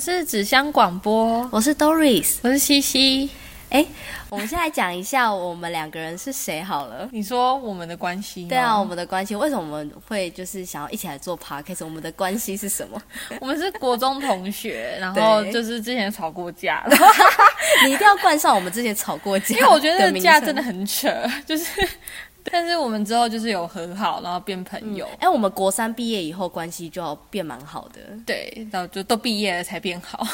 是纸箱广播，我是 Doris。我是西西。哎，我们先来讲一下我们两个人是谁好了。你说我们的关系吗？对啊，我们的关系为什么我们会就是想要一起来做 podcast？我们的关系是什么？ 我们是国中同 学，然后对就是之前吵过架，你一定要冠上我们之前吵过架， 因为我觉得这架真的。很扯， 就是，但是我们之后就是有和好，然后变朋友，哎，我们国三毕业以后关系就要变蛮好的。对，然后就都毕业了才变好。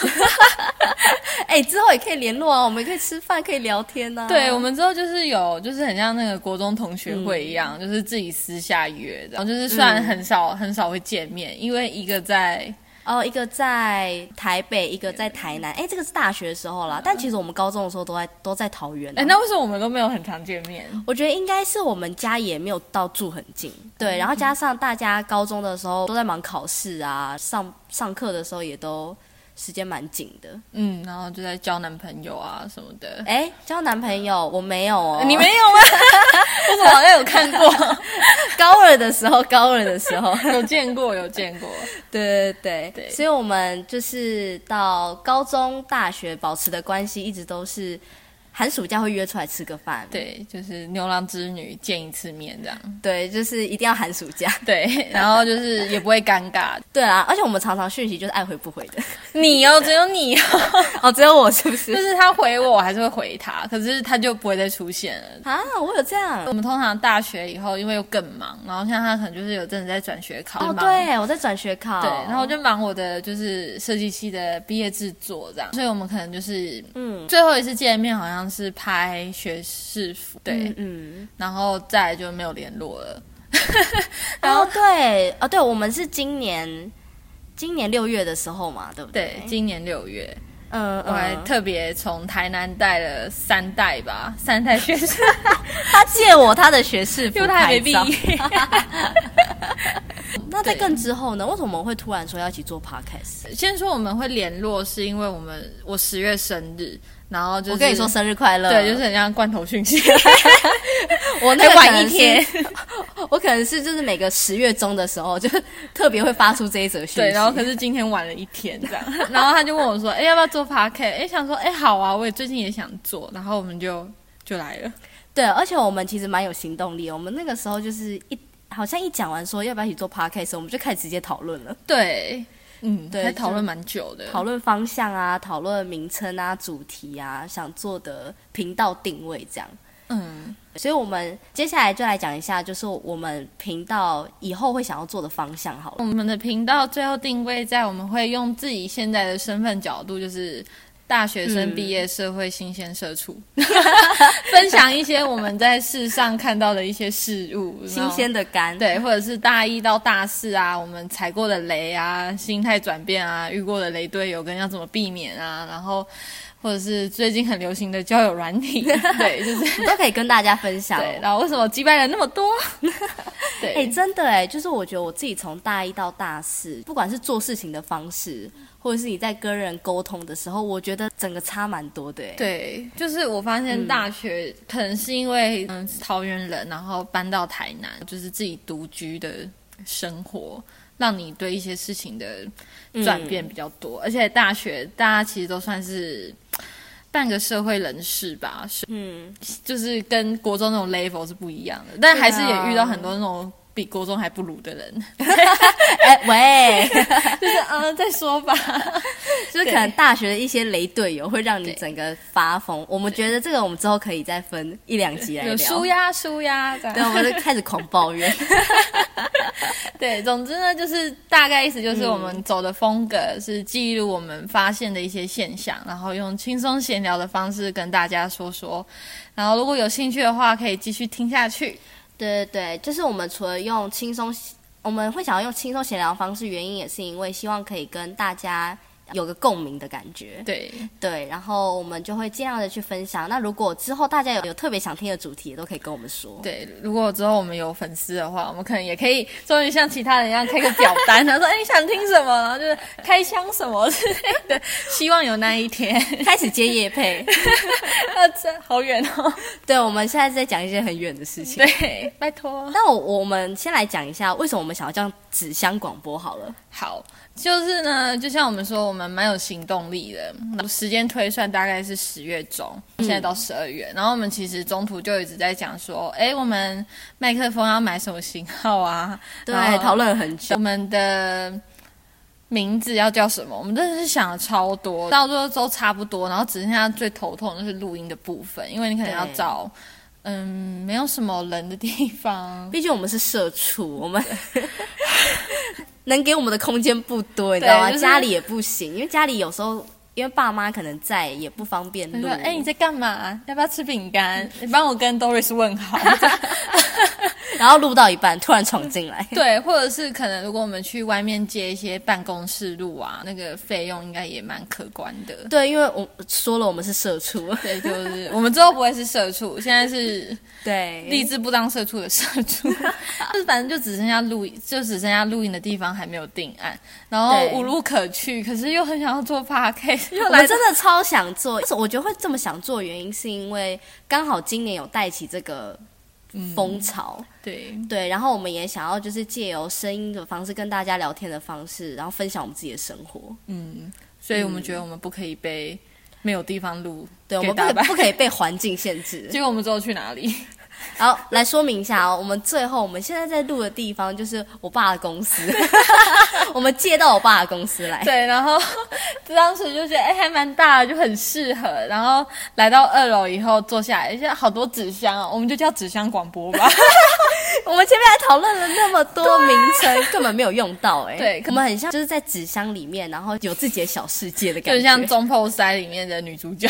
哎，之后也可以联络啊，我们可以吃饭，可以聊天呐、啊。对，我们之后就是有，就是很像那个国中同学会一样，就是自己私下约的，然后就是虽然很少、很少会见面，因为一个在哦，一个在台北，一个在台南。哎，这个是大学的时候啦，但其实我们高中的时候都在都在桃园、啊。哎，那为什么我们都没有很常见面？我觉得应该是我们家也没有到住很近，对，然后加上大家高中的时候都在忙考试啊，上上课的时候也都时间蛮紧的。嗯，然后就在交男朋友啊什么的。哎，交男朋友我没有哦，你没有 吗？我怎么好像有看过？高二的时候，高二的时候， 有见过，有见过。 对对对对所以我们就是到高中、大学保持的关系一直都是寒暑假会约出来吃个饭，对，就是牛郎织女见一次面这 样。对，就是一定要寒暑假，对，然后就是也不会尴尬。 对啊，而且我们常常讯息就是爱回不回的，你哦，只有你哦，哦，只有我是不？就是 是他回我，我还是会回他，可是他就不会再出现了。啊，我有这样我。们通常大学以后，因为又更忙，然后像他可能就是有阵子在转学考，哦，忙对，我在转学考，对，然后我就忙我的就是设计系的毕业制作这样，所以我们可能就是嗯最后一次见面好像是拍学士服，对，嗯嗯，然后再来就没有联络了。然后对，哦，对，我们是今年今年六月的时候嘛，对不对，今年六月嗯我还嗯，特别从台南带了三代吧，三代 学生，他借我他的学士服 因为他还拍没毕照。业。 那在对更之后呢？为什么会突然说要一起做 podcast？先说我们会联络，是因为我们我十月生日，然后就是我跟你说生日快乐，对，就是很像罐头 讯息。我那个还晚可能一天是， 我可能是就是每个十月中的时候，就是特别会发出这一则讯息。对，然后可是今天晚了一天这样， 然后他就问我说：“哎、要不要做 podcast？” 哎、想说：“哎、好啊，我也最近也想做。”然后我们就就来了。对，而且我们其实蛮有行动力的，我们那个时候就是一好像一讲完说要不要一起做 podcast，我们就开始直接讨论了。对，嗯，对还讨论蛮久的。讨论方向啊，讨论名称啊、主题啊，想做的频道定位这样。嗯，所以，我们接下来就来讲一下，就是我们频道以后会想要做的方向好我了。们的频道最后定位在我们会用自己现在的身份角度，就是。大学生嗯毕业社会新鲜社畜， 分享一些我们在世上看到的一些事物，新鲜的肝，，嗯 对，或者是大一到大四啊，我们踩过的雷啊，心态转变啊，遇过的雷队友跟要怎么避免啊，然后或者是最近很流行的交友软 体，对，就是都可以跟大家分享。哦对，然后为什么击败人那么 多？对，哎、真的哎，就是我觉得我自己从大一到大四，不管是做事情的方式，或者是你在跟人沟通的时候，我觉得整个差蛮多的哎。对，就是我发现大学、可能是因为嗯桃园人，然后搬到台南，就是自己独居的生活，让你对一些事情的转变比较多。而且大学大家其实都算是半个社会人士吧，是嗯，就是跟国中那种 level 是不一样的，但还是对啊也遇到很多那种。比国中还不如的人，哎、喂，就是嗯，再说吧。就是可能大学的一些雷队友会让你整个发疯。我们觉得这个我们之后可以再分一两集来 有聊舒。压舒压，这样对，我们就开始狂抱 怨。对，总之呢，就是大概意思就是我们走的风格是记录我们发现的一些现象，然后用轻松闲聊的方式跟大家说说。然后如果有兴趣的话，可以继续听下去。对对对，就是我们除了用轻松，我们会想要用轻松闲聊的方式，原因也是因为希望可以跟大家有个共鸣的感觉。对，对，然后我们就会尽量的去分享。那如果之后大家有有特别想听的主题，也都可以跟我们说。对，如果之后我们有粉丝的话，我们可能也可以终于像其他人一样开个表单，然后说哎你想听什么，然后就是开箱什么之类 的。希望有那一天。 开始接夜配，啊，这好远哦。对，我们现在是在讲一些很远的事情。 对，拜托。那我我们先来讲一下，为什么我们想要叫纸箱广播好了。好，就是呢，就像我们说，我们们蛮有行动力的。时间推算大概是十月中，现在到十二月。然后我们其实中途就一直在讲说，哎，我们麦克风要买什么型号啊？然对，后讨论很久我。们的名字要叫什么？我们真的是想了超多，到最后都差不多，然后只剩下最头痛的就是录音的部分，因为你可能要对找嗯没有什么人的地方。毕竟我们是社畜，我 们能给我们的空间不多，你知对道吗？就是家里也不行，因为家里有时候因为爸妈可能在，也不方便他录。说：“哎、你在干嘛？要不要吃饼干？嗯你帮我跟 Doris 问好。 这样，然后录到一半突然闯进来对，或者是可能如果我们去外面借一些办公室路啊，那个费用应该也蛮可观的。 对，因为我说了我们是社畜，对，就是我们之后不会是社畜，现 在是对，立志不当社畜的社 畜，就是反正就只剩下录，就只剩下录音的地方还没有定案，然后对无路可去，可是又很想要做 podcast，又我来们真的超想做，我觉得会这么想做的原因是因为刚好今年有带起这个风潮，对对，然后我们也想要就是借由声音的方式跟大家聊天的方式，然后分享我们自己的生活。所以我们觉得我们不可以被没有地方录对，我给们不打可败以不可以被环境限 制。结果我们之后去哪里？ 好，来说明一下哦，我们最后我们现在在录的地方就是我爸的公司， 我们借到我爸的公司来。对，然后 当时就觉得哎、还蛮大的，就很适合。然后来到二楼以后坐下来，现在好多纸箱哦，我们就叫纸箱广播吧。我们前面还讨论了那么多名称，根本没有用到哎、啊对我们很像就是在纸箱里面，然后有自己的小世界的感觉，就像《中破塞》里面的女主角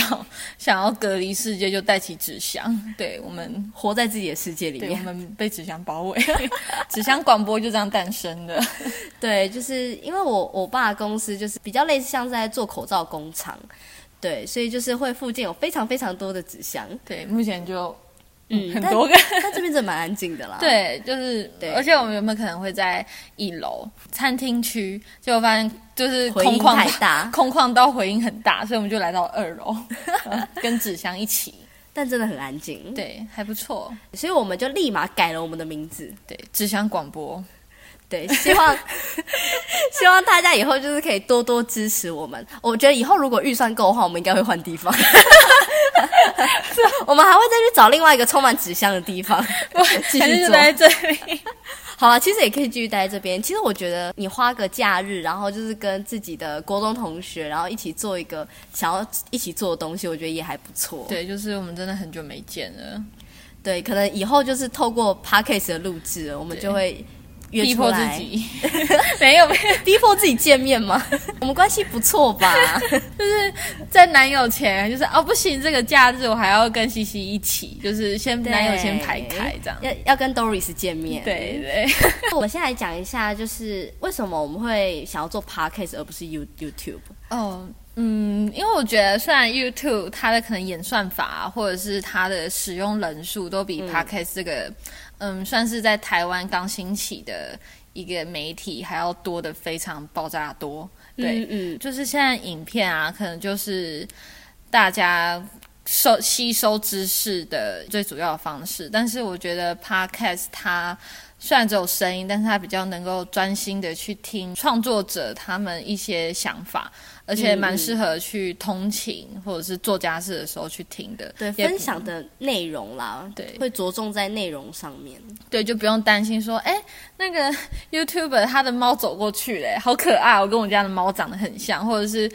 想要隔离世界，就带起纸箱。对我们，活在自己的世界里对我面。们被纸箱包围， 纸箱广播就这样诞生的。 对，就是因为我我爸的公司就是比较类似像是在做口罩工厂，对，所以就是会附近有非常非常多的纸箱，对，目前就嗯很但多个。但这边真的蛮安静的啦。，对，就是，对而且我们原本可能会在一楼餐厅区，结果发现就是回空音旷太到大， 空旷到回音很大，所以我们就来到二 楼，跟纸箱一起。但真的很安静。，对，还不错。所以我们就立马改了我们的名字。对，纸箱广播。对，希望希望大家以后就是可以多多支持我们。我觉得以后如果预算够的话，我们应该会换地方。我们还会再去找另外一个充满纸箱的地方 继还是续就做。待在 这里。好了，其实也可以继续待在这边。其实我觉得你花个假日，然后就是跟自己的国中同学，然后一起做一个想要一起做的东西，我觉得也还不错。对，就是我们真的很久没见了。对，可能以后就是透过 podcast 的录制，我们对就会约逼出迫来，自己， 没有没有，逼迫自己见面 吗？我们关系不错吧？在男友前就是哦不行，这个假日我还要跟西西一起，就是先对男友先排开这样。要要跟 Doris 见面。对，对，我们先来讲一下，就是为什么我们会想要做 podcast 而不是 You YouTube。哦。嗯，因为我觉得虽然 YouTube 它的可能演算法、啊、或者是它的使用人数都比 Podcast 这个，嗯算是在台湾刚兴起的一个媒体还要多的非常爆炸多。对，嗯嗯，就是现在影片啊，可能就是大家收吸收知识的最主要的方式。但是我觉得 podcast 它虽然只有声音，但是它比较能够专心的去听创作者他们一些想法，而且嗯蛮适合去通勤或者是做家事的时候去听的。对，也分享的内容啦，对会着重在内容上面。对，就不用担心说，哎，那个 YouTuber 他的猫走过去嘞，好可爱哦，我跟我家的猫长得很像，或者是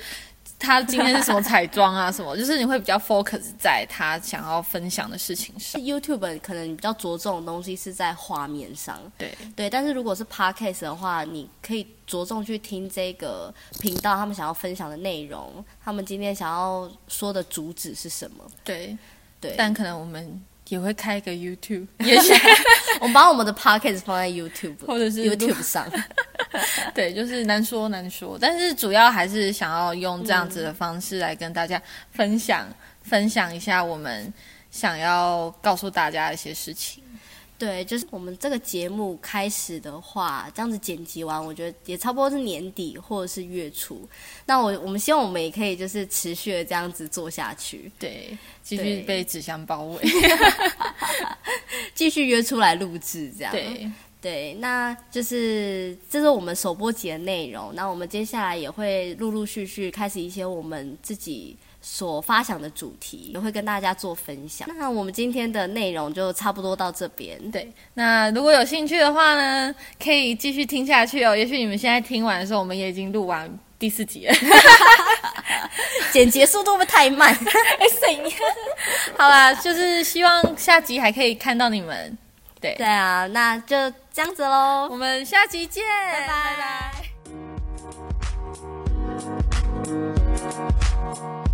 他今天是什么彩妆啊什么，就是你会比较 focus 在他想要分享的事情上。 YouTube 可能比较着重的东西是在画面上，对对，但是如果是 podcast 的话，你可以着重去听这个频道他们想要分享的内容，他们今天想要说的主旨是什么。对，对，但可能我们也会开一个 YouTube，也许 我们把我们的 podcast 放在 YouTube 或者是 YouTube 上，对，就是难说难说，但是主要还是想要用这样子的方式来跟大家分享、分享一下我们想要告诉大家的一些事情。对，就是我们这个节目开始的话，这样子剪辑完，我觉得也差不多是年底或者是月初。那我我们希望我们也可以就是持续的这样子做下去，对，继续对被纸箱包围。继续约出来录制这样。 对。对，那就是这是我们首播集的内容。那我们接下来也会陆陆续续开始一些我们自己所发想的主题，也会跟大家做分享。那我们今天的内容就差不多到这边。对，那如果有兴趣的话呢，可以继续听下去哦。也许你们现在听完的时候，我们也已经录完第四集了。 剪辑速度会不会太慢？ 哎，怎样？好啦，就是希望下集还可以看到你们。对，对啊，那就这样子喽。我们下集见，拜拜拜拜